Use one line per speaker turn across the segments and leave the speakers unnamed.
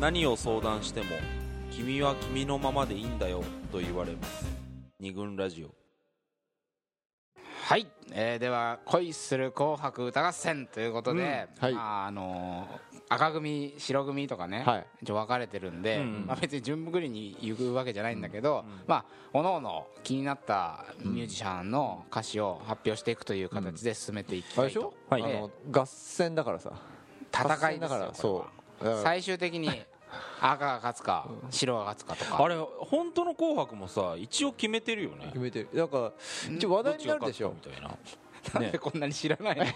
何を相談しても「君は君のままでいいんだよ」と言われます二軍ラジオ
はい、えーでは「恋する紅白歌合戦」ということで、
うんはい
まああのー赤組白組とかね、
はい
一応分かれてるんで、まあ、別に順繰りに行くわけじゃないんだけど、まあおのおの気になったミュージシャンの歌詞を発表していくという形で進めていき
あ
た
れ
い
でしょ
と、、
は
え
い、あ
え
の合戦だからさ
戦い
合戦
です
だか
よ
ら
こ
そう
れは
だから
最終的 に赤が勝つか白が勝つかとか
あれ本当の「紅白」もさ一応決めてるよね
決めてるだから一応話題になるでしょ
どっちが勝ったみ
なんでこんなに知らないの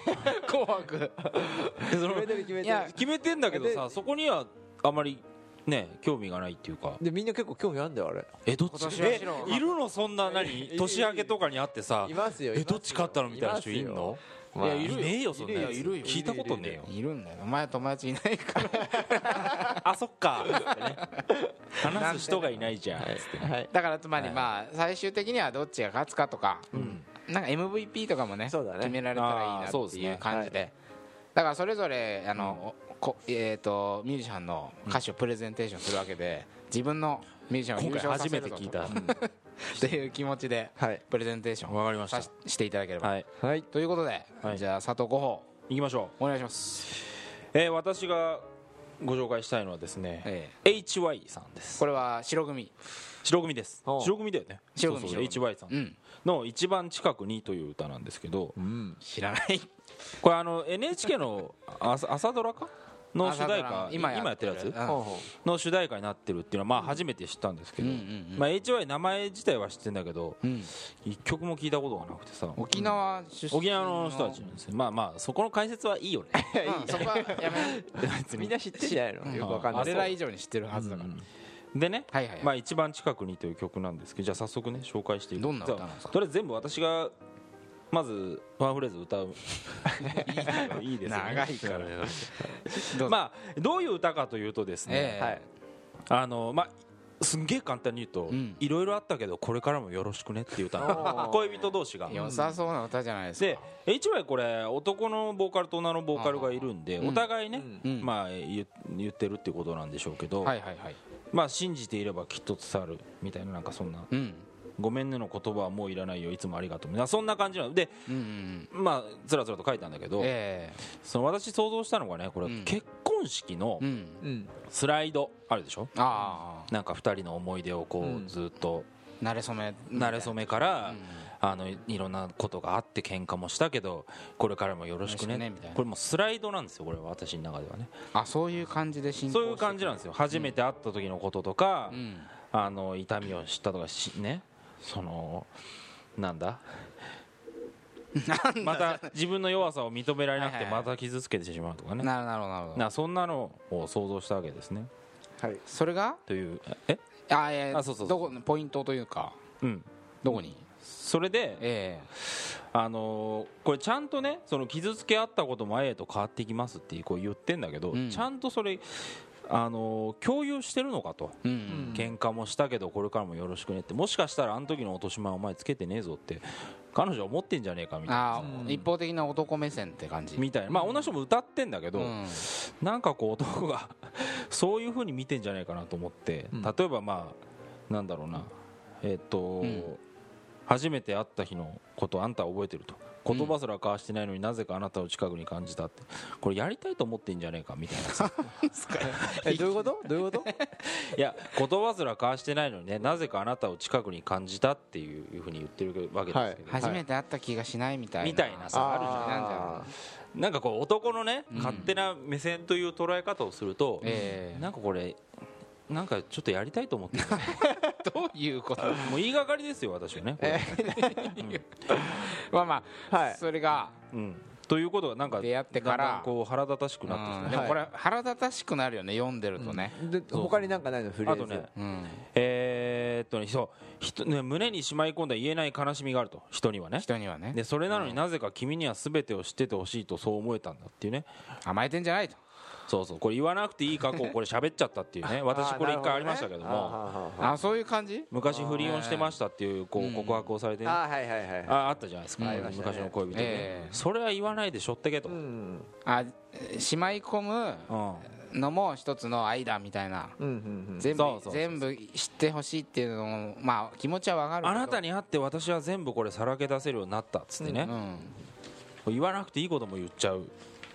紅白
たいな
決め
その
てる決め
い
て
や
る
決めてんだけどさそこにはあまりね興味がないっていうか
でみんな結構興味あるんだよあれ
えどっち
今年は
え
白が
いるのそんな何年明けとかにあってさ
いますよい
え
ますよ
どっち勝ったのみたいな人いんの
いますよ
い
まあ
やいねえよそんなやつ
いるよいるよ
聞いたことねえよ
いるんだよお前は友達いないから
あそっかってね話す人がいないじゃんつって
はい
だからつまりまあ最終的にはどっちが勝つかとか、なんか MVP とかもね
そうだね
決められたらいい
あ
な
ーそう
っ
です
て
ね
いう感じでだからそれぞれあの、こえー、とミュージシャンの歌詞をプレゼンテーションするわけで自分のミュージシャンを優
今回
勝さ
初め
せるぞ
て聞
と
いたわ
という気持ちで
はい
プレゼンテーション
かりま
さししていただければ、
はい
はい
ということで、
はい
じゃあ佐藤五歩
行きましょ
お願いします、
う、えー私がご紹介したいのはですね、
え
HY さんで
え
す
これは白組
白組です
おう
白組だよね
白組
そうそう
白組
HY さん
うん
の「一番近くに」という歌なんですけど
うん
知らない
これあの NHK の朝朝ドラかの主題歌今
今や
やってるや
う
つ
ん
ほうほ
の主題歌になってるっていうのはまあ初めて知ったんですけど、
うんうんうん
まあ、HY 名前自体は知ってんだけど
うん
一曲も聞いたことがなくてさ
沖縄出身
沖縄の人たちなんですよまあまあそこの解説はいいよね
うんそこはやめ
う みんな知ってるんじゃないのよくわかんない
俺ら以上に知ってるはずだから、
でね、
はいはいはい
まあ、一番近くにという曲なんですけどじゃあ早速ね紹介していく
どんな歌なんですか
とりあえず全部私がまずワンフレーズ歌 ういいですよね
長いからどうぞ
まあどういう歌かというとですね、
ええ
はい
あのまあすんげえ簡単に言うと
うん
いろいろあったけどこれからもよろしくねっていう歌 なの
おー
恋人同士が
良さそうな歌じゃないですか
で一枚これ男のボーカルと女のボーカルがいるんで
うん
お互いね、
うん
まあ、言言ってるってことなんでしょうけど、
はいはいはい
まあ、信じていればきっと伝わるみたいななんかそんな
うん
「ごめんね」の言葉はもういらないよいつもありがとうみたいなそんな感じなので
うんうん
まあつらつらと書いたんだけど、
ええ
その私想像したのがねこれ、
うん
結婚式の
うん
うん
スライドあるでしょ
あ
なんか2人の思い出をこう、
うん
ずっと
あ慣れ初め
馴れ初めから、
うん
あのいいろんなことがあって喧嘩もしたけどこれからもよろしくね
よろしくねみたいな
これもうスライドなんですよこれは私の中ではね
あそういう感じで進行
そういう感じなんですよ初めて会った時のこととか、
うん
あの痛みを知ったとかしねそのなんだまた自分の弱さを認められなく
はい
て
はいは
ま
い
た傷つけてしまうとかね
なるなるほどなるほど
なそんなのを想像したわけですね
はい
それが
というえ
あええ
あそうそうそう
どこのポイントというか
うん
どこに
それで
え
あのーこれちゃんとねその傷つけ合ったことも愛へと変わってきますってこう言ってんだけど、
うん
ちゃんとそれあのー共有してるのかと
えうん
喧嘩もしたけどこれからもよろしくねってもしかしたらあの時の落とし前お前つけてねえぞって彼女は思ってんじゃねえかみたいな
ああ一方的な男目線って感じ
みたいなまあ女の人も歌ってんだけど、
うん
なんかこう男が そういうふうに見てんじゃないかなと思って、
うん
例えばまあなんだろうなえっ、と、
ん
初めて会った日のことあんたは覚えてると
ん
言葉すら交わしてないのになぜかあなたを近くに感じたってこれやりたいと思ってんじゃねえかみたいなさ
えどういうことど ういうこと
いや言葉すら交わしてないのにねなぜかあなたを近くに感じたっていうふうに言ってるわけですけど、
はい
初めて会った気がしないみたいな
みたいなさあるじゃん
あ
なんかこう男のね、勝手な目線という捉え方をすると、
ええ
なんかこれなんかちょっとやりたいと思 ってる
どういうこと
もう言いがかりですよ私はね、これ
まあまあ、
はい
それが、
うん、ということがなんか
出会ってから
だんだんこう腹立たしくなってきて、
うん
ね
でもこれ腹立たしくなるよね読んでるとね、
ーで他になんかないのフレ
あ
ーズ
とね
うん
えーっとねそう人ね胸にしまい込んだ言えない悲しみがあると人にはね
人にはね
でそれなのになぜか君には全てを知っててほしいとそう思えたんだっていうね
甘えてんじゃないと
そうそうこれ言わなくていい過去をこれ喋っちゃったっていうね私これ一回ありましたけども
も
あそういう感じ
昔不倫をしてましたっていうこう告白をされてね、
あーはいはいはい
ああったじゃないですか、
ありましたね
昔の恋人ね、
ええ
それは言わないでしょってけと、
うん
あしまい込む
うん
のも一つの愛だみたいな
うんうん
全
そうそうそ
部
う
全部知ってほしいっていうのもまあ気持ちはわかるけど
あなたに会って私は全部これさらけ出せるようになったっつってね、
うん
言わなくていいことも言っちゃう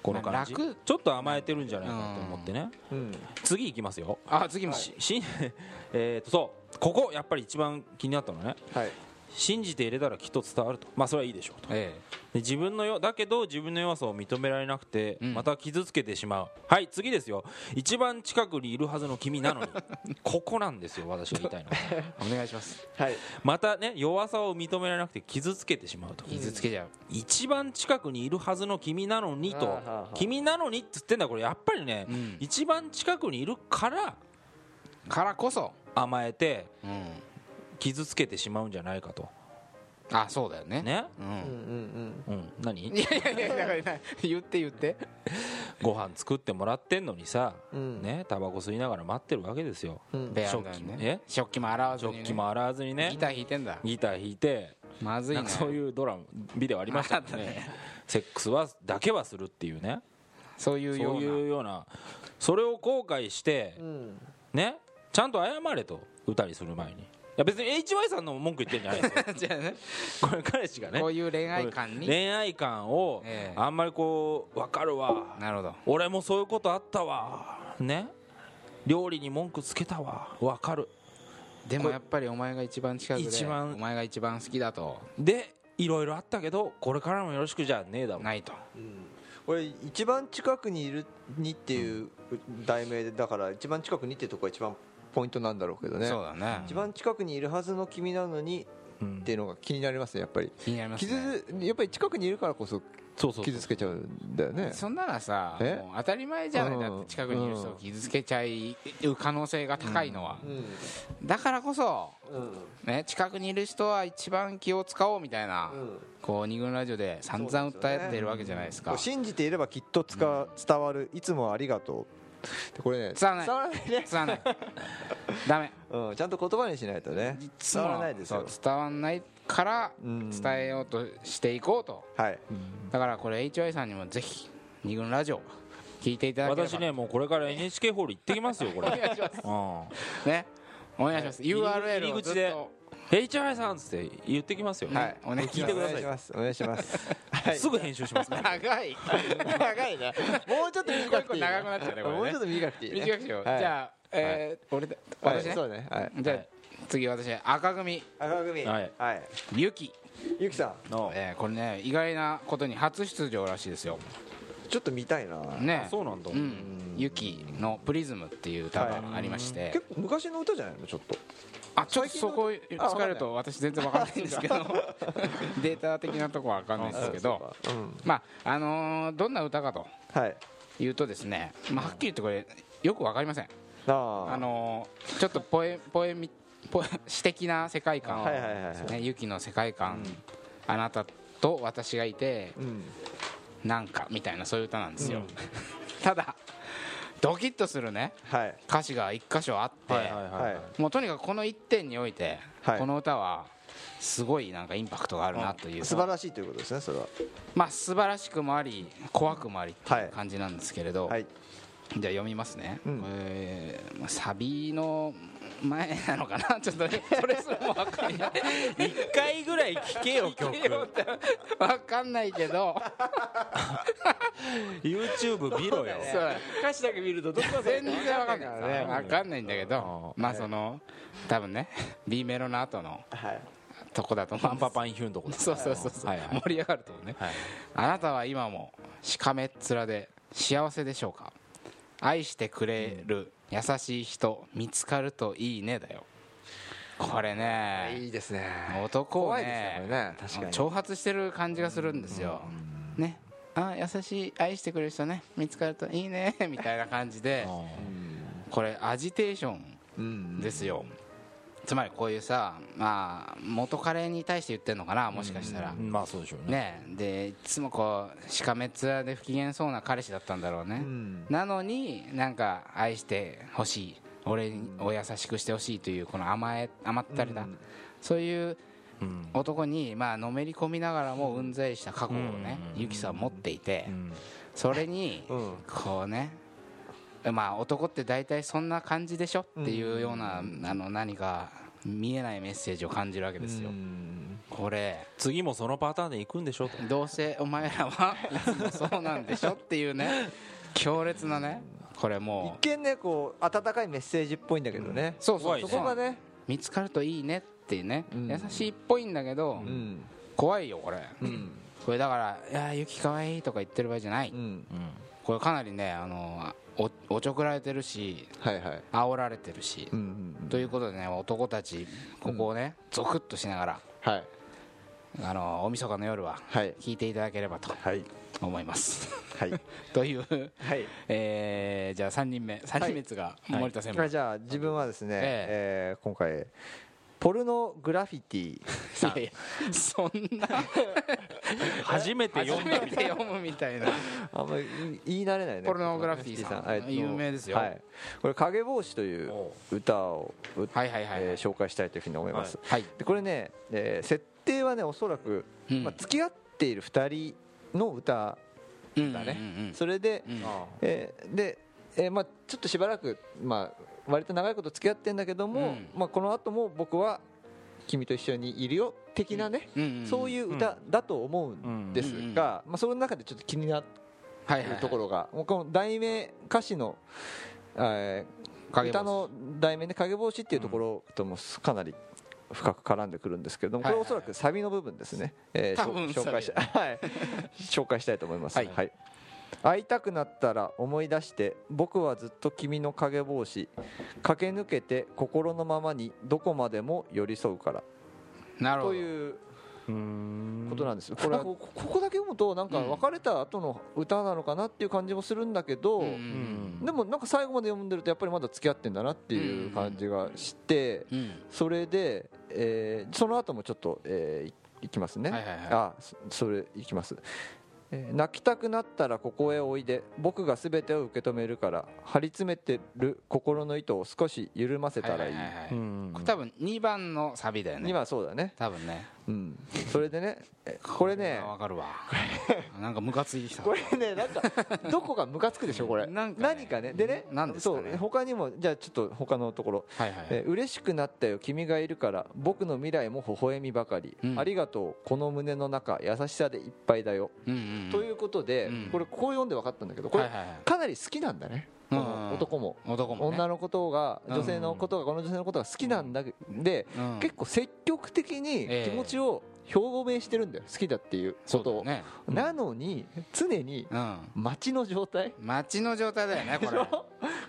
この感じ
楽
ちょっと甘えてるんじゃないかなと思ってね、
うんうん
次いきますよ
あ次も
ししん えーとそうここやっぱり一番気になったのね
はい
信じて入れたらきっと伝わるとまあそれはいいでしょうとで
え
自分のよだけど自分の弱さを認められなくて、
ん
また傷つけてしまうはい次ですよ一番近くにいるはずの君 なのにここなんですよ私が言いたいのは
えお願いします
はい
またね弱さを認められなくて傷つけてしまうと
傷つけちゃう
一番近くにいるはずの君なのに
はあ
と
はあはあ
君なのにって言ってんだこれやっぱりね、
うん
一番近くにいるから
からこそ
甘えて
うん
傷つけてしまうんじゃないかと
あそうだよね
ね
う
うんうん
ん
うん
うん何
いやいやいやだからな言って言って
ご飯作ってもらってんのにさ、
うん
ねタバコ吸いながら待ってるわけですよ
うん
ベアーだ
食
よ
器え
ね食器も洗わずに
食
ね
器も洗わずにね
ギター弾いてんだ
ギター弾いて
まずい
なん
ね
かそういうドラマビデオありま したけどねセックスはだけはするっていうね
そうい
そうう
よう
いうようなそれを後悔して
うん
ねちゃんと謝れと歌にする前にいや別に HY さんの文句言ってんじゃないですよ
なじゃあね
これ彼氏がね
こういう恋愛観に
恋愛観を
ええ
あんまりこう分かるわ
なるほど
俺もそういうことあったわね料理に文句つけたわ分かる
でもやっぱりお前が一番近くで
一番
お前が一番好きだと
でいろいろあったけどこれからもよろしくじゃねえだろ
ないと
俺一番近くにいるにっていう題名でだから一番近くにってとこが一番ポイントなんだろうけどね
そうだね
一番近くにいるはずの君なのに
うん
っていうのが気になりますねやっぱり
気になりますね
傷やっぱり近くにいるからこそ
そうそうそう
傷つけちゃうんだよね
そんならさ
え
もう当たり前じゃな
う
い
ん
だって近くにいる人を傷つけちゃう可能性が高いのは
うん
だからこそ
うん
ね近くにいる人は一番気を使おうみたいな
うん
こう二軍ラジオで散々訴えてるわけじゃないですか
信じていればきっとつか伝わるいつもありがとうでこれね
伝わらない
ね
伝 わらないダメ
うんちゃんと言葉にしないとね伝わらないですよ
そう伝わんないから
うん
伝えようとしていこうと
はい
だからこれ HY さんにもぜひ二軍ラジオ聞いていただければ
私ねもうこれから NHK ホール行ってきますよこれうん
ねお願いします URL
入
を
り
ず
口
っ
で
と
「HY さん」っつって言ってきますよ、
はい
お願いし
聞いてください
ますお願いしますはい
すぐ編集しますから
長い
長 いねもうちょっと短くていい
これ長くなっちゃうねこれね
もうちょっと短くていいね
短くしようじ
はい
ゃあえー俺だ
はい
私ね
そうねはい
じゃ
は
あ次私赤組
赤組
はい
はい
ゆき
ゆきさん
の
えーこれね意外なことに初出場らしいですよ
ちょっと見たいな
ね
そうなんだ、
うんゆきの「プリズム」っていう歌がありまして
結構昔の歌じゃないのちょっと
あちょっとそこ疲れると私全然わかんないんですけどデータ的なとこはわかんないですけど
うん
まああのーどんな歌かと
はい
いうとですねまあはっきり言ってこれよくわかりません
なあ
あのーちょっとポエポエミポエ詩的な世界観
はいはいはいはい
ねユキの世界観あなたと私がいて
うん
なんかみたいなそういう歌なんですよ ただドキッとするね
はい
歌詞が一箇所あって
はいはいはい、
はい
もうとにかくこの一点において、
はい
この歌はすごいなんかインパクトがあるなという、
素晴らしいということですねそれは
まあ素晴らしくもあり怖くもありって
はい
いう感じなんですけれど、
はい
じゃあ読みますね、
うん
えーまあサビの前なのかな ちょっとねそれすらも分かん ない
1回ぐらい聴けよ曲
分かんないけど
YouTube 見ろよ
そう
歌詞だけ見るとどこか
全然分かんない
ね
分かんないんだけど
う
まあその多分ね B メロの後の
はい
とこだと思
パ
う
ン
んで
パ
す
パンヒュンとこです
そうそうそうそう、
はいはい
盛り上がると思うね、
はい
あなたは今もしかめっ面で幸せでしょうか愛してくれる優しい人見つかるといいねだよこれね
いいですね
男を
怖
ね
いですねこれね確かに
挑発してる感じがするんですよ、ねあ優しい愛してくれる人ね見つかるといいね みたいな感じ でこれアジテーション
うん
ですよつまりこういうさまあ元彼に対して言ってんのかなもしかしたら、
うんまあそうでしょうね
ねえでいつもこうしかめっ面で不機嫌そうな彼氏だったんだろうね、
ん
なのになんか愛してほしい俺を優しくしてほしいというこの甘え甘ったれた、
うん
そういう
うん
男にまあのめり込みながらもうんざりした過去をね、ユキさん持っていて、
うん
それに
うん
こうねまあ男って大体そんな感じでしょっていうような、あの何か見えないメッセージを感じるわけですよ、
うん
これ
次もそのパターンで行くんでしょと
どうせお前らはいつもそうなんでしょっていうね強烈なねこれ
一
もう
見ねこう温かいメッセージっぽいんだけどね、
そうそ
怖
う
い
そ
ね
そこ
こ
が
がね
ね、
見つかるといいねっていうね、
うん
優しいっぽいんだけど、
うん
怖いよこれ、
うん
これだから「いやーユキかわいい」とか言ってる場合じゃない、
うん、
うん
これかなりねあのおおちょくられてるし
はいはい、
煽られてるし、
うんうんうん、
ということでね男たちここをね、ゾクッとしながら
はい
あの大晦日の夜は
はい
聞いていただければと
はい
思います。
はい
という、
はい
えーじゃあ3人目3人目っつうか
い
森田先輩、
あじゃあ自分はですね、
え
えー今回ポルノグラフィティさん
いやいやそんな
初めて読
初
んだ
めて読むみたいな
あんまり言い慣れないね
ポルノグラフィティさん
ポルノグラフィティえっと
有名ですよ
はい、これ「影帽子」という
お
歌をう
はいはいはい、
えー紹介したいというふうに思います、
はい
でこれね、えー設定はねおそらく、
うん
まあ、付き合っている2人の歌
うん
だね
うんうん
それで、
うん
あ
えーで、えーまあ、ちょっとしばらく、まあ、割と長いこと付き合ってんだけど
う
も、
ん
まあ、この後も僕は君と一緒にいるよ的なね、
うんうんうん
そういう歌だと思うんですが、まあ、その中でちょっと気になって
はいはい
る
はい
ところが、もうこの題名歌詞の、えー
影帽子
歌の題名で「影帽子」っていうところともかなり深く絡んでくるんですけれども、
はいはい
これおそらくサビの部分ですね、えー
多分
しょ紹介した はい紹介したいと思います、
は
はいい会いたくなったら思い出して僕はずっと君の影帽子駆け抜けて心のままにどこまでも寄り添うから
なるほ
と
ど
いう
うん
ことなんですよ、これなんかこここだけ読むとなんか
うん
別れた後の歌なのかなっていう感じもするんだけど、
うん
でもなんか最後まで読んでるとやっぱりまだ付き合ってんだなっていう感じがして
うんうん
それで、えーその後もちょっと、えーいいきますね、
はいはいはい
あそそれいきます、えー泣きたくなったらここへおいで僕が全てを受け止めるから張り詰めてる心の糸を少し緩ませたらいい,、
はははは
うん
これ多分2番のサビだよね
今そうだね、
多分ね
うん、それでねえこ れね
わかるわなんかムカついてきた
これねな んかどこかムカつくでしょこれ
なんかね
何かねでね
なんですかね
そう他にもじゃあちょっと他のところ
はいはい
えー嬉しくなったよ君がいるから僕の未来も微笑みばかり、
うん
ありがとうこの胸の中優しさでいっぱいだよ、
うんうんうん
ということで、
うん
これこう読んで分かったんだけどこれ、
はいはいはい
かなり好きなんだね、この
うん
男も。
男もね
女のことが
うん
女性のことがこの女性のことが好きなんだで、
うん
結構積極的に
ええ
気持ちを表明してるんだよ好きだっていうこと
そう
を、
だよね
なのに常に
うん
街の状態
街の状態だよね これ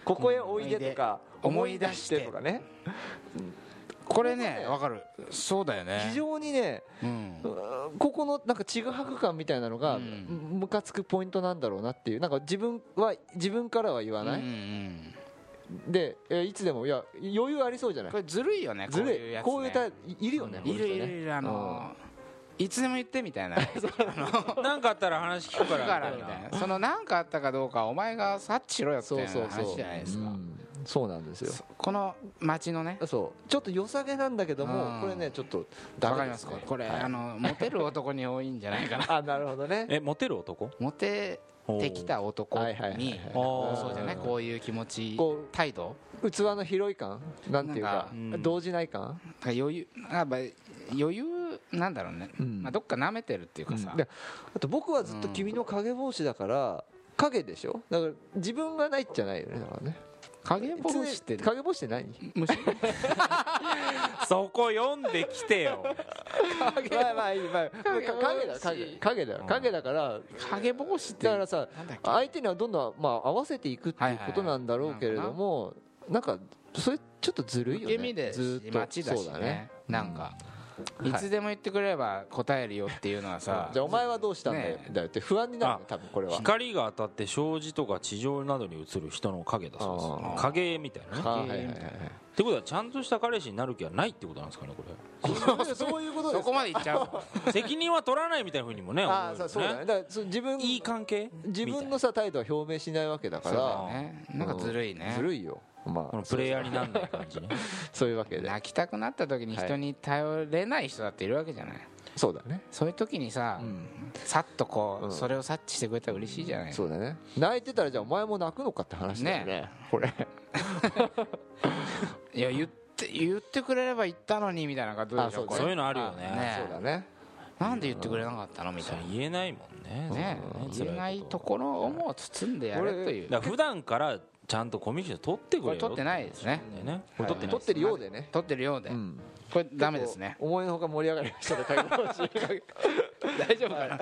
ここへおいでとか
思
思
い
い
出
出
し
しててとかね
これね
ここね
わかるそうだよね
非常にね
うん
うんここのなんかちぐはぐ感みたいなのが
うん
ムカつくポイントなんだろうなっていうなんか自分は自分からは言わな
う
い
ん、うん
でえーいつでもいや余裕ありそうじゃな
う
い
んこれずるいよね
ず
こういう
る
や
い
つね
こういう歌いいるよね
いるい
こう
る
う人ね
いるあのいつでも言ってみたい な
なんかあったら話聞くか
だからら
み
み
た
た
い
い
な
なその何かあったかどうかお前が察知しろよって
そうそう
話
そう
じゃないですか
うんそうなんですよ
そこの街のね
そうちょっと良さげなんだけど
う
も
ん
これねちょっと
わ
ダ
か
メ
り
で
ます
す
か
ね
これ
はい
あのモテる男に多いんじゃないか な
あなるほどね
えモテる男
モテてきた男
はいはいはいは
に
い
あー
そうじゃないこういう気持ち
こう
態度
器の広い感なんていう
なん
か
か
うん
動じない感
余裕あまあ余裕なんだろうね
うん
まあどっか舐めてるっていうかさ
であと僕はずっと君の影帽子だから影でしょだから自分がないじゃないよねだからね
影ぼろして
常に影帽子って何
虫
そこ読んできてよ
まあまあいい、まあ、
影帽子
影だ影影だよ影だから
影ぼろしって
だからさ
なんだっけ
相手にはどんどん、まあ、合わせていくっていうことなんだろうけれどもなんかそれちょっとずるいよ
受け身
ね
で
ずっと
街だし
そうだね
ねなんか
うん
いつでも言ってくれれば答えるよっていうのはさ
じゃあお前はどうしたんだよ
ね
だよって不安になるね多分これは
光が当たって障子とか地上などに映る人の影だそう
あ
で
ー
す影みたいなね
あはいはいはい
み
は
たいない
ってことはちゃんとした彼氏になる気はないってことなんですかねこ
そういうこと
そ
です
こまでいっち ゃうの
れ責任は取らないみたいなふうにもね思
ああそうそう
うよね
だねだからそう自分
いい関係
自分
みたい
のさ態度は表明しないわけだか
そうだ
ら
よねなんかずるいね
ずるいよま
なこ
あ
のプレイヤーになんない感じね
そういうわけで
泣きたくなった時に人に頼れない人だっているわけじゃない
そうだね
そういう時にさ、さっとこう、
うん
それを察知してくれたら嬉しいじゃない
そうだね泣いてたらじゃあお前も泣くのかって話だよねこれ
いや言って言ってくれれば言ったのにみたいな感じでし
あそ
ょ
う
これ
そういうのあるよ
あ
ね
ね
そうだね
なんで言ってくれなかったのみ
そ
た
れ
い
言えないもんね
なね
そう
言
だ
え
ね
ないと
こ
ころをもう包んでやれ
ことれ
いう
だから普段からちゃんとコミュニケーション取ってくれ
こ
よ
れ取ってないですね
だよねこれ取ってない
撮ってるようでね
取ってるようで、
うん
これダメですね
思いのほか盛り上がりましたねタイガーマシン
大丈夫か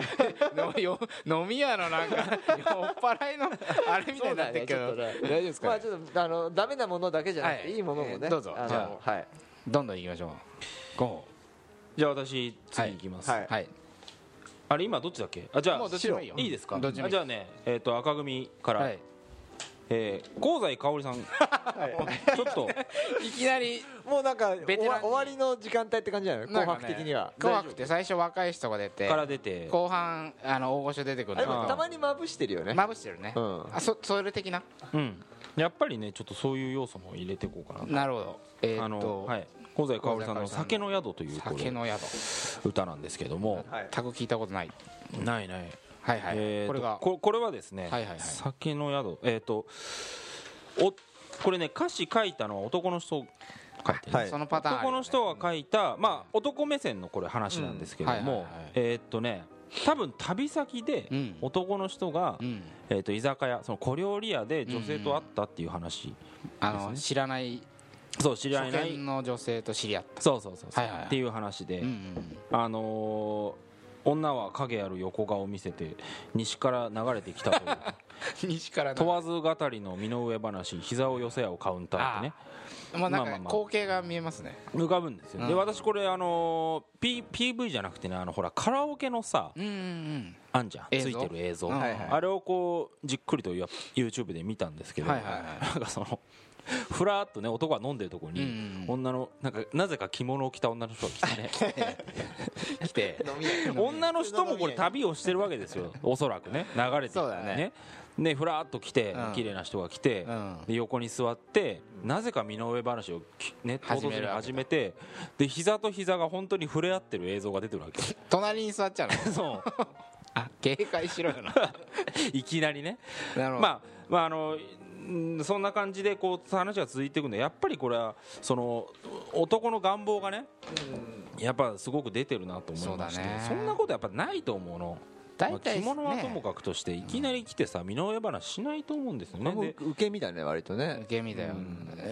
なの よ飲み屋のなんか酔っ払いのあれみたいになってるけ
そ
ど
うだね
大丈夫です
ま
か
あ
ね
ちょっとあのダメなものだけじゃなく
は
て
い
いいものも
え
ね
ーどうぞ
あの
じゃ
はい
どんどんいきましょう5
じゃあ私次いきます、
はい
はい
あれ今どっちだっけあじゃあ
もうどっちでもいいよ
白いいですか
どっちで
あ
もいい
じゃあね、えー、と赤組から、
はい
えー、香西かおり さんちょっと
いきなり
もうなんか
ベテ
終
ラン
わ
に
終わりの時間帯って感じじゃな
な
い紅
んかね
白的には
紅白って最初若い人が出て
から出て
後半あの大御所出てくる
あで
の
も
あー
たまにまぶしてるよね
まぶしてるね、
うん
あそそれ的な
うんやっぱりねちょっとそういう要素も入れていこうかな
なるほどえ
あ
ーっ
の
と、
はい香西かおりさんの「
香西かおり
酒
さん
の宿」というこ
酒
れ
の宿
歌なんですけども、
はい
全く聞いたことない
ないない
はいはい、
えーと
これが
ここれはですね、
はいはいはい
酒の宿えっ、とおこれね歌詞書いたのは男の人書いてる、
はい
そのパターンあ
男
るよね、
の人が書いた、まあ、男目線のこれ話なんですけど
うんはい
も
はいはい
えーっとね多分旅先で
うん
男の人が、
うん
えーっと居酒屋その小料理屋で女性と会ったっていう話、
あの知らない
そう知り合い
初
ない
見の女性と知り合った
そうそうそうそう、
はいはいはい
っていう話で、
うんうん
あのー女は影ある横顔を見せて西から流れてきた という
西から
問わず語りの身の上話膝を寄せ合うカウンターってね
もう
ま
なん
あ
か
まあまあ
光景が見えますね
浮かぶんですよ、で私これあのー P PV じゃなくてねあのほらカラオケのさ、
うんうんうん
あんじゃん
映
つ
像
いてる映像、
うんはいはい
あれをこうじっくりとや YouTube で見たんですけど、
はいはいはい
なんかそのふらっとね男が飲んでるとこに、
うんうんうん
女のなんかなぜか着物を着た女の人が来て ね
来て
女の人もこれ旅をしてるわけです よおそらくね流れてきて
そうだね
ねふらっと来て、
うん
綺麗な人が来て、
うん
で横に座ってなぜか身の上話をきね唐突
始め
に
るわけだ
始めてで膝と膝が本当に触れ合ってる映像が出てるわけ
隣に座っちゃうの
そう
あ警戒し ろよな
いきなりね
なるほど
まあまああのうんそんな感じでこう話が続いていくんでやっぱりこれはその男の願望がねやっぱすごく出てるなと思いまして
そうだね
そんなことやっぱないと思うの
大体
まあ着物は
ね
ともかくとしていきなり来てさ身の上話しないと思うんですよ
まあもう
ねで
受け身だね割とね
受け身だよ、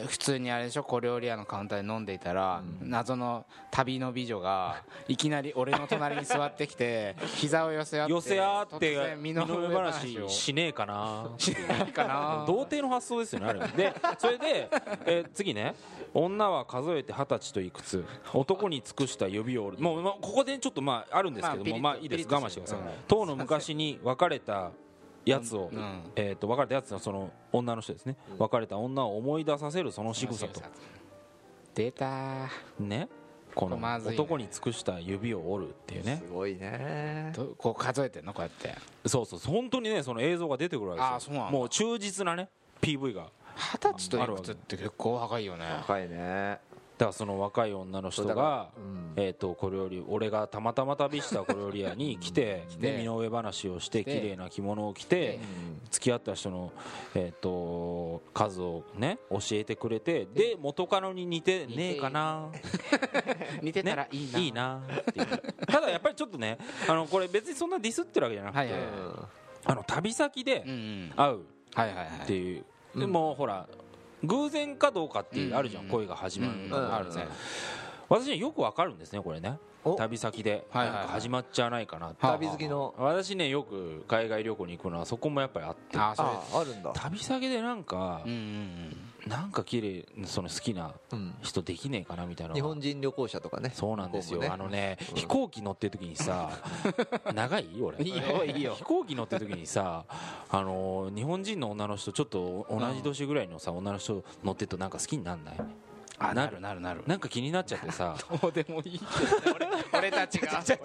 普通にあれでしょ小料理屋のカウンターで飲んでいたら、謎の旅の美 女がいきなり俺の隣に座ってきて膝を寄せ合って
寄せ合って
突然身
身
の
の
上
上
話
話
を
しねえかな
しないかな
童貞の発想ですよねあれ はでそれで、えー次ね女は数えて二十歳といくつ男に尽くした指を折るもう、まあ、ここでちょっとまああるんですけど
まあピリッ
も、
と
まあ、いいで
ピリッ
す
と
我慢してください
するうん
当の昔に別れたやつを、
うん
えー、と別れたやつのその女の人ですね、別れた女を思い出させるその仕草と
出たー
ねこの
これまずいね
男に尽くした指を折るっていうね
すごいね
どこう数えてんのこうやって
そうそうそう本当にねその映像が出てくるわけですよ
あーそうなんだ
もう忠実なね PV が
二十歳といくつって結構若いよね
高いね
だからその若い女の人
そうだ
が
か、らうん
えー、と小料理俺がたまたま旅した小料理屋に来て
て
で身の上話をして
で
綺麗な着物を着て
で
付き合った人の、えー、と数をね教えてくれてで元カノに似てねえかな
似てたらいいな、
いいなっていうただやっぱりちょっとねあのこれ別にそんなディスってるわけじゃなく
はい
て
はいはい
あの旅先
うんう
で会
ん
う
はいはいは
っ
い
ていう、でもほら偶然かどうかっていうあるじゃん、
うん
恋が始まるの
う
が
ん
あるね、私によくわかるんですねこれね
お
旅先で
はい
なん
はいはい
か始まっちゃわないかなって、
はあ
旅好きの
私ねよく海外旅行に行くのはそこもやっぱりあって
ああそれ
ああるんだ
旅先でなんか、
うんうん
なんか綺麗その好きな
うん
人できねえかなみたいなのが
日本人旅行者とかね
そうなんですよ、
向こ
あ
うも
のね、飛行機乗ってる時にさ長い俺
いいよいいよ
飛行機乗ってる時にさあのー日本人の女の人ちょっと同じ年ぐらいのさ女の人乗ってるとなんか好きになんない
あなるなるなる
なんか気になっちゃってさ
どうでもいい 俺俺 たちが
そう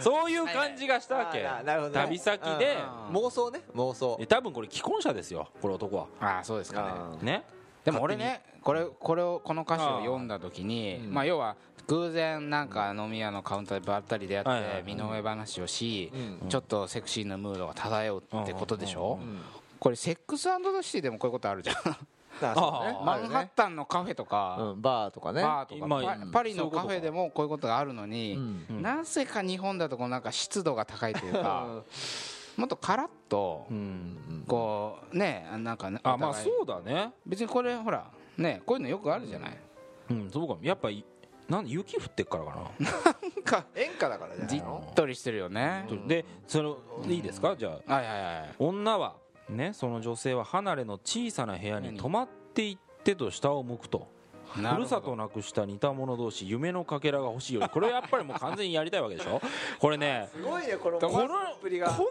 そういう感じがしたわけ、
はいはいあーなるほどね
旅先で
うん妄想ね妄想
で多分これ既婚者ですよこれ男は
ああそうですかね
あー
ね
でも俺ねこれこれをこの歌詞を読んだ時に
うん
まあ要は偶然なんか飲み屋のカウンターでばったり出
は
会
いはいはい
って身の上話をし
うん
ちょっとセクシーなムードが漂うってことでしょ
うん
これセックスザシティでもこういうことあるじゃん
あそうね
あ
マ
ある
ン
ね
ハッタンのカフェとか
うんバーとかね
バーとか
まあ
パ
うん
パリのカフェでもこういうことがあるの
う
に
ん
うん
なんせか日本だとこうなんか湿度が高いというかもっとカラッと
うん
こうねなんかね
あまあ
お互い
そうだね
別にこれほらねこういうのよくあるじゃない
うんそうかもやっぱいなん雪降ってっからか
なんか
演歌だからじゃな
じ
い
っ
の
とりしてるよね
なでそのいいですかじゃあ
はいはいはい
女はねその女性は離れの小さな部屋に泊まっていってと下を向くと
ふ
ふるさとなくした似た者同士夢のかけらが欲しいよりこれやっぱりもう完全にやりたいわけでし ょこれね
すごいねこの
このこん
このっぷりが
なね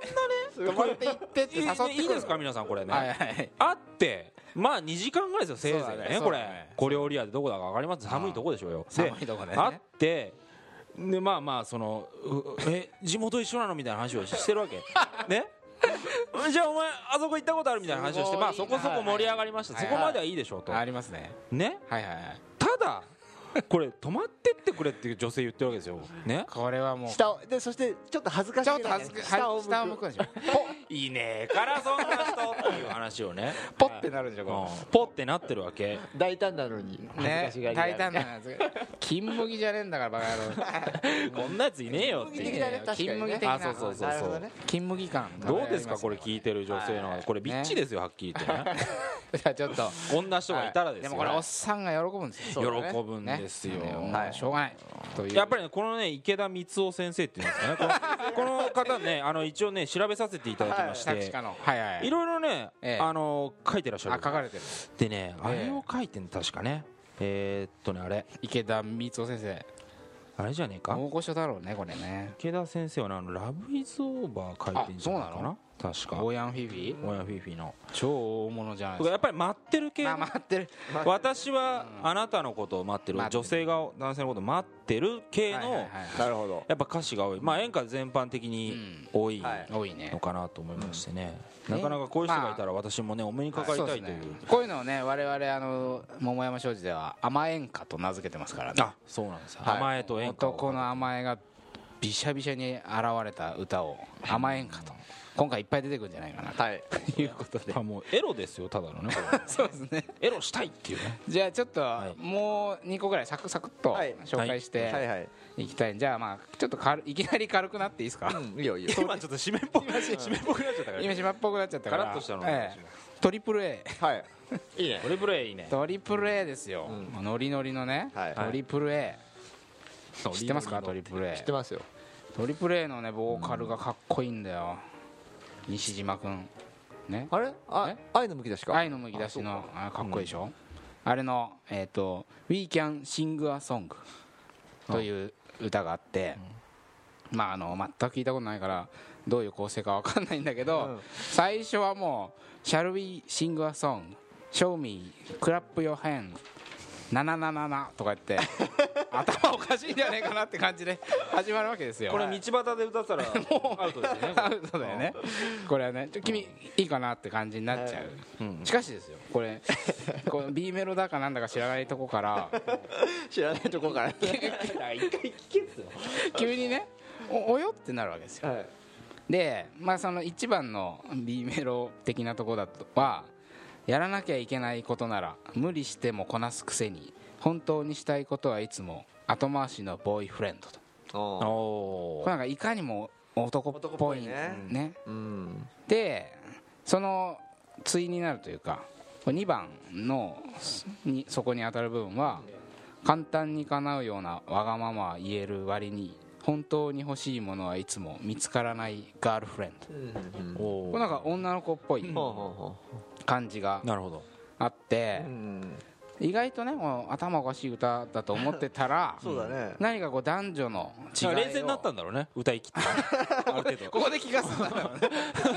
泊まって行ってって
い
誘ってくる
いいですか皆さんこれね、
はいはい
あってまあ2時間ぐらいですよせいぜ
そう
い
だ
ね
ねそう
こ
だ
れ、
ね
小料理屋でどこだか分かります寒いとこでしょうよで
寒いとこだよ
あ
ね
ってでまあまあそのう え地元一緒なのみたいな話をしてるわ けねじゃあお前あそこ行ったことあるみたいな話をして
すごい
まあそこそこ盛り上がりました
はい
そ
はい
こまではいいでしょうと
ありますね
ね
はいはいはい
ただこれ泊まってってくれっていう女性言ってるわけですよね
これはもうち
下をでそしてちょっと恥ずかし
ょっ
い
と恥ずかしい下を向くんでしょ
いねえからそんな人っていう話をね
ポッてなるんでしょ
うん
こ
ポってなってるわけ
大胆なのに恥ず
れね
かしがり
大
な
胆なやつ金麦じゃねえんだからバカ
こんなやついねえよって
金
い
麦
う
的だね確かにね
野郎金麦的な
あそうそうそうそう
なるほどね
金麦感
どうですかこれ
い
聞いてる女性のこれビッチですよはっきり言って ね
やちょっと
こんな人がいたらです
で
よ
もこれおっさんが喜ぶんですよ
そうだね喜ぶんですよ
ねもう
はい
しょうがないという
やっぱりねこのね池田光雄先生っていうんですかねこ のこの方ねあの一応ね調べさせていただきまし
作詞
て
家のはいはい
いろいろね
ええ
あの書いてらっしゃ
あ書
る
かれてる
でねあ
ええ
れを書いてんの確かねえーっとねあれ
池田光雄先生
あれじゃねえか
大御所だろうねこれね
池田先生はねあのラブイズオーバー書いてんじゃない
あそ
か
うな
な確か
ゴーヤンフィフィ
親フィフィの
超大物じゃないです
やっぱり待ってる系
か
の
まあ待ってる
私はあなたのことを待ってる
待ってる
女性が男性のことを待ってる系
はいはい
の
はい
なるほど
やっぱ歌詞が多いまあ演歌全般的
う
に
ん
多い
はい
多いね
のかなと思いましてね
うん
なかなかこういう人がいたら私もねお目にかかり
そう
た
で
い
す
という
ねこういうのをね我々あの桃山商事では甘えん歌と名付けてますからね
あそうなんですよ
はい
甘えと演歌を
男の甘えがびしゃびしゃに現れた歌を甘えん歌と今回いっぱい出てくるんじゃない かな
はい
ということで
あもうエロですよただの ねこれ
そうですね
エロしたいっていうね
じゃあちょっと
い
もう2個ぐらいサクサクっと
はい
紹介し
はい
て
はい
いきたいんじゃあまあちょっと軽いきなり軽くなっていいですか
うんいいよいいよ
今ちょっと締めっぽく 締めっぽくなっちゃったから
今島っぽくなっちゃったから
カラッとしたの
ええトリプル A
はいいいね
これプレイいいね
トリプル A ですよ、ノリノリのね、
はい
トリプル A 知ってますかト
鳥
リプル A
知ってますよ
トリプル A のねボーカルがかっこいいんだよ、西島君ね
あれあ
え
愛の向き出しか
愛のむき出しのあかっこいいでしょ、あれのえっ、と「We Can Sing a Song」という歌があって、まああの全く聞いたことないからどういう構成かわかんないんだけど、
うん
最初はもう「Shall we sing a song? Show me clap your hand」なななななとか言って頭おかしいんじゃねえかなって感じで始まるわけですよ
これ道端で歌 ったらアウトですよねこ
ア ウトだよねこれはねちょ君いいかなって感じになっちゃう、しかしですよこれこの B メロだかなんだか知らないとこから
知らないとこから
急にねおおよってなるわけですよ
はい
でまあその一番の B メロ的なとこだとはやらなきゃいけないことなら無理してもこなすくせに本当にしたいことはいつも後回しのボーイフレンドと
れ
お
おー
これなんかいかにも男っぽい
男っぽいね
ね
うん
でその対になるというか2番のにそこに当たる部分は簡単に叶うようなわがままは言える割に本当に欲しいものはいつも見つからないガールフレンド
うん
お
こ
ー
れなんか女の子っぽい
ほうほうほ
感じが
なるほど
あって
ううん
意外とねもう頭おかしい歌だと思ってたら
そうだね
何かこう男女の違いを
冷静になったんだろうね歌い切った ある程度
ここで気が済んだんだろうね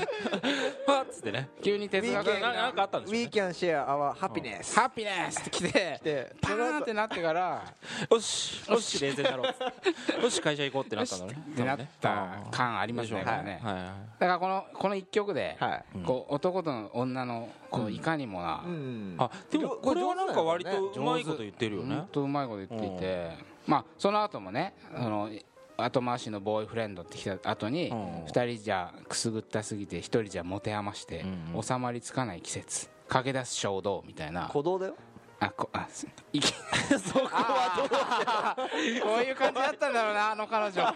パッつってね
急に哲学
な
的
ななんかあ
な
ったんでしょう
We
ね
can share our happiness
ハピネスって来て
で
パーンってなってから
よしよし冷静になろうっつ ってよし会社行こうってなったんだろうね
ってなった感ありますねこれね
はいはい
だからこのこの一曲で
はい
こう男と女のこういかにもな、
うん
あでもこれはなんか割と
上手
うまいこと言ってるよ
ほ
ね
んとうまいこと言っていて、まあその後もねあの後回しのボーイフレンドってきた後に
うん
二人じゃくすぐったすぎて一人じゃ持て余して
うんうん
収まりつかない季節駆け出す衝動みたいな
鼓動だよ
あこあすいき そこはどうこういう感じだったんだろうなあの彼女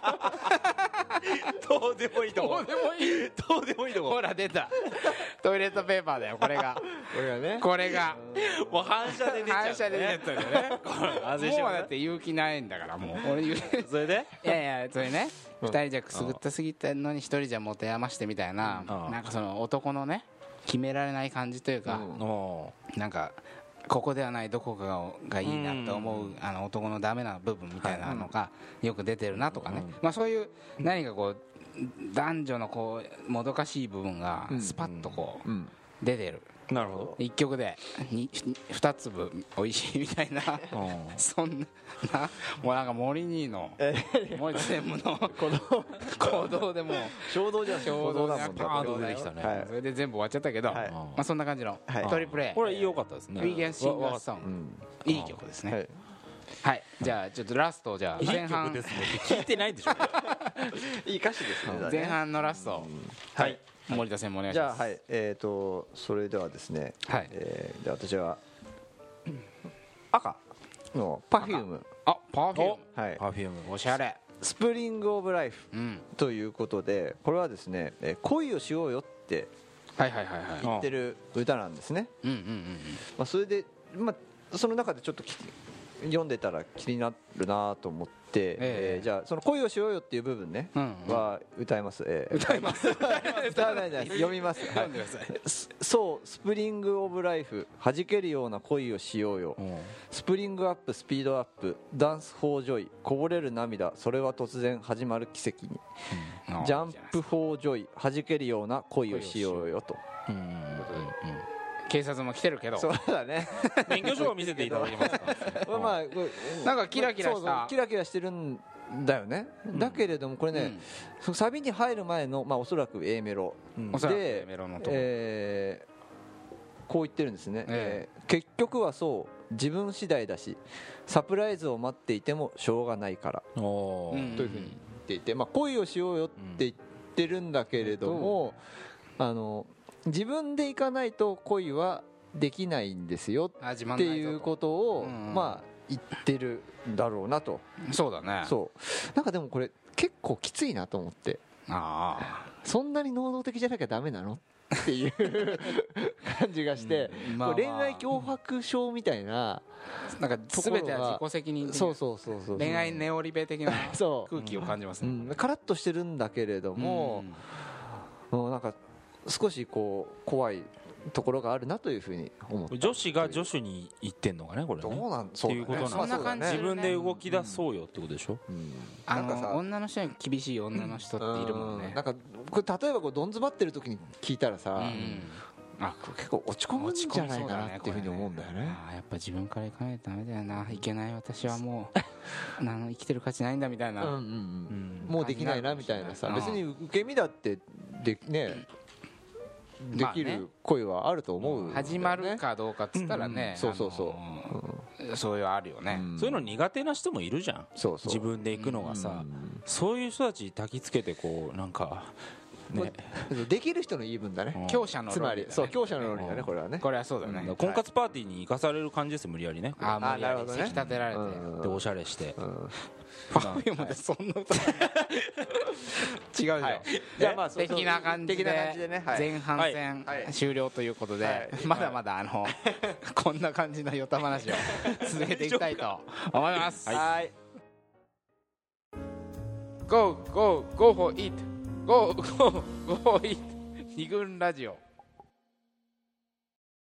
どうでもいいと
どうでもいい
どうでもいいと
ほら出たトイレットペーパーだよこれが
これがね
これが
もう反射で出ちゃう、ね、
反射で出ちゃったんだよね
安心し
も
ろ
うだって勇気ないんだからもう俺言う
それで
いやいやそれね2人じゃくすぐったすぎたのに1人じゃ持て余してみたいな
うん
なんかその男のね決められない感じというか
お
なんかここではないどこかががいいなと思うあの男のダメな部分みたいなのがよく出てるなとかねまあそういう何かこう男女のこうもどかしい部分がスパッとこう
うん
出てる
ーなるほ
1曲で 2, 2粒おいしいみたいな
どうん
そんななもうなんか森兄の森専務の行動でもう
衝動じゃん
衝動だもんだ
パーンと出てきたね、
はい
それで全部終わっちゃったけど、
はい
まあ、そんな感じの
はい
トリプレイ、
これ良かったですね
ウィギャンシンガーソ
わわかっ
ングいい曲ですねは
はいい、
じゃあちょっとラストじゃ
た
あ
い
前
い曲
半
ですねって聞いてないでしょ
いい歌詞ですね
前半のラスト
はい
森田専務お願いし
じゃ
ま
あ
す
はいえっとそれではですね
はい
えーじゃあ私は赤の Perfume
あパーフューム
はい
パフューム
おしゃれ
スプリング・オブ・ライフ
うん
ということでこれはですねえー恋をしようよって
はいはいはいはい
言ってる歌なんですね
うんうんうん
まあ、それで、まあ、その中でちょっとき読んでたら気になるなと思って、えーじゃあその恋をしようよっていう部分ね、
うんうん
は歌います、えー歌います 歌わないじゃない読みます、 は
うん
い
でください
すそうスプリング・オブ・ライフ弾けるような恋をしようよ、スプリングアップスピードアップダンス・フォー・ジョイこぼれる涙それは突然始まる奇跡にジャンプ・フォー・ジョイ弾けるような恋をしようよと
うんうん
警察も来てるけど
そうだね
免許証を見せていただけますか
まあまあこれ
なんかキラキラした
そうそうキラキラしてるんだよね、だけれどもこれね、
うん
そのサビに入る前の、まあ、おそらく A メロ、
おそらく
で
A メロのとこ
えーこう言ってるんですね、
え
えー結局はそう自分次第だしサプライズを待っていてもしょうがないから
おおー、
ん
というふうに言っていて、まあ、恋をしようよって言ってるんだけれども、あの自分で行かないと恋はできないんですよ
あ自慢な
っ
い
て
ぞ
いうことを、
うんうん
まあ言ってるんだろうなと、
そうだね
そうなんかでもこれ結構きついなと思って
あ
そんなに能動的じゃなきゃダメなのっていう感じがして、
うんまあまあ
これ恋愛強迫症みたいな、
あなんか全ては自己責任的な
そうそうそうそう
恋愛ネオリベ的な
そう
空気を感じます
う
ね
ん、カラッとしてるんだけれども、うんなんか少しこう怖いところがあるなというふうに思っ
こ
て
れ女子が女子に言ってんのかねこれね
なん
そうだねっていうこと
なんだそんな感じ
自分で動き出そうよってことでしょ、
あ
なんかさ
の女の人に厳しい女の人っているもん
う
ね
んなんかこれ例えばこうどん詰まってる時に聞いたら
う
さ、
んあ
こう結構落ち込むんじゃないかなっていうふうに思うんだよね
あーやっぱ自分から行かないとダメだよないけない私はもう あの生きてる価値ないんだみたい
うんうん
な
うんもうできないなみたいなさ別に受け身だってでねで
まあ
き
ね
る恋はあると思う、
始まるかどうかっつったら
うんう
ね
んそうそうそう
あのーそういうあるよね
そういうの苦手な人もいるじゃん
そうそう
自分で行くのがさ、そういう人たち焚きつけてこうなんかね、
できる人の言い分だね、
強者の
つ
論
ま
理
り
だね
そう強者の論理だねこれはね
これはそうだね
婚活パーティーに行かされる感じですよ無理やりね
あー無理や
あーなるほ
り
ど
せ
ね
き立てられて
でおしゃれして、
パフュームでそんな歌違うよ
じゃあまあそう
的な感じで
的な感じでねはい
前半戦
はいはい
終了ということで、
はい
まだまだあのこんな感じのヨタ話を続けていきたい と思います。
はい、
Go go go for it go go go for it 二軍ラジオ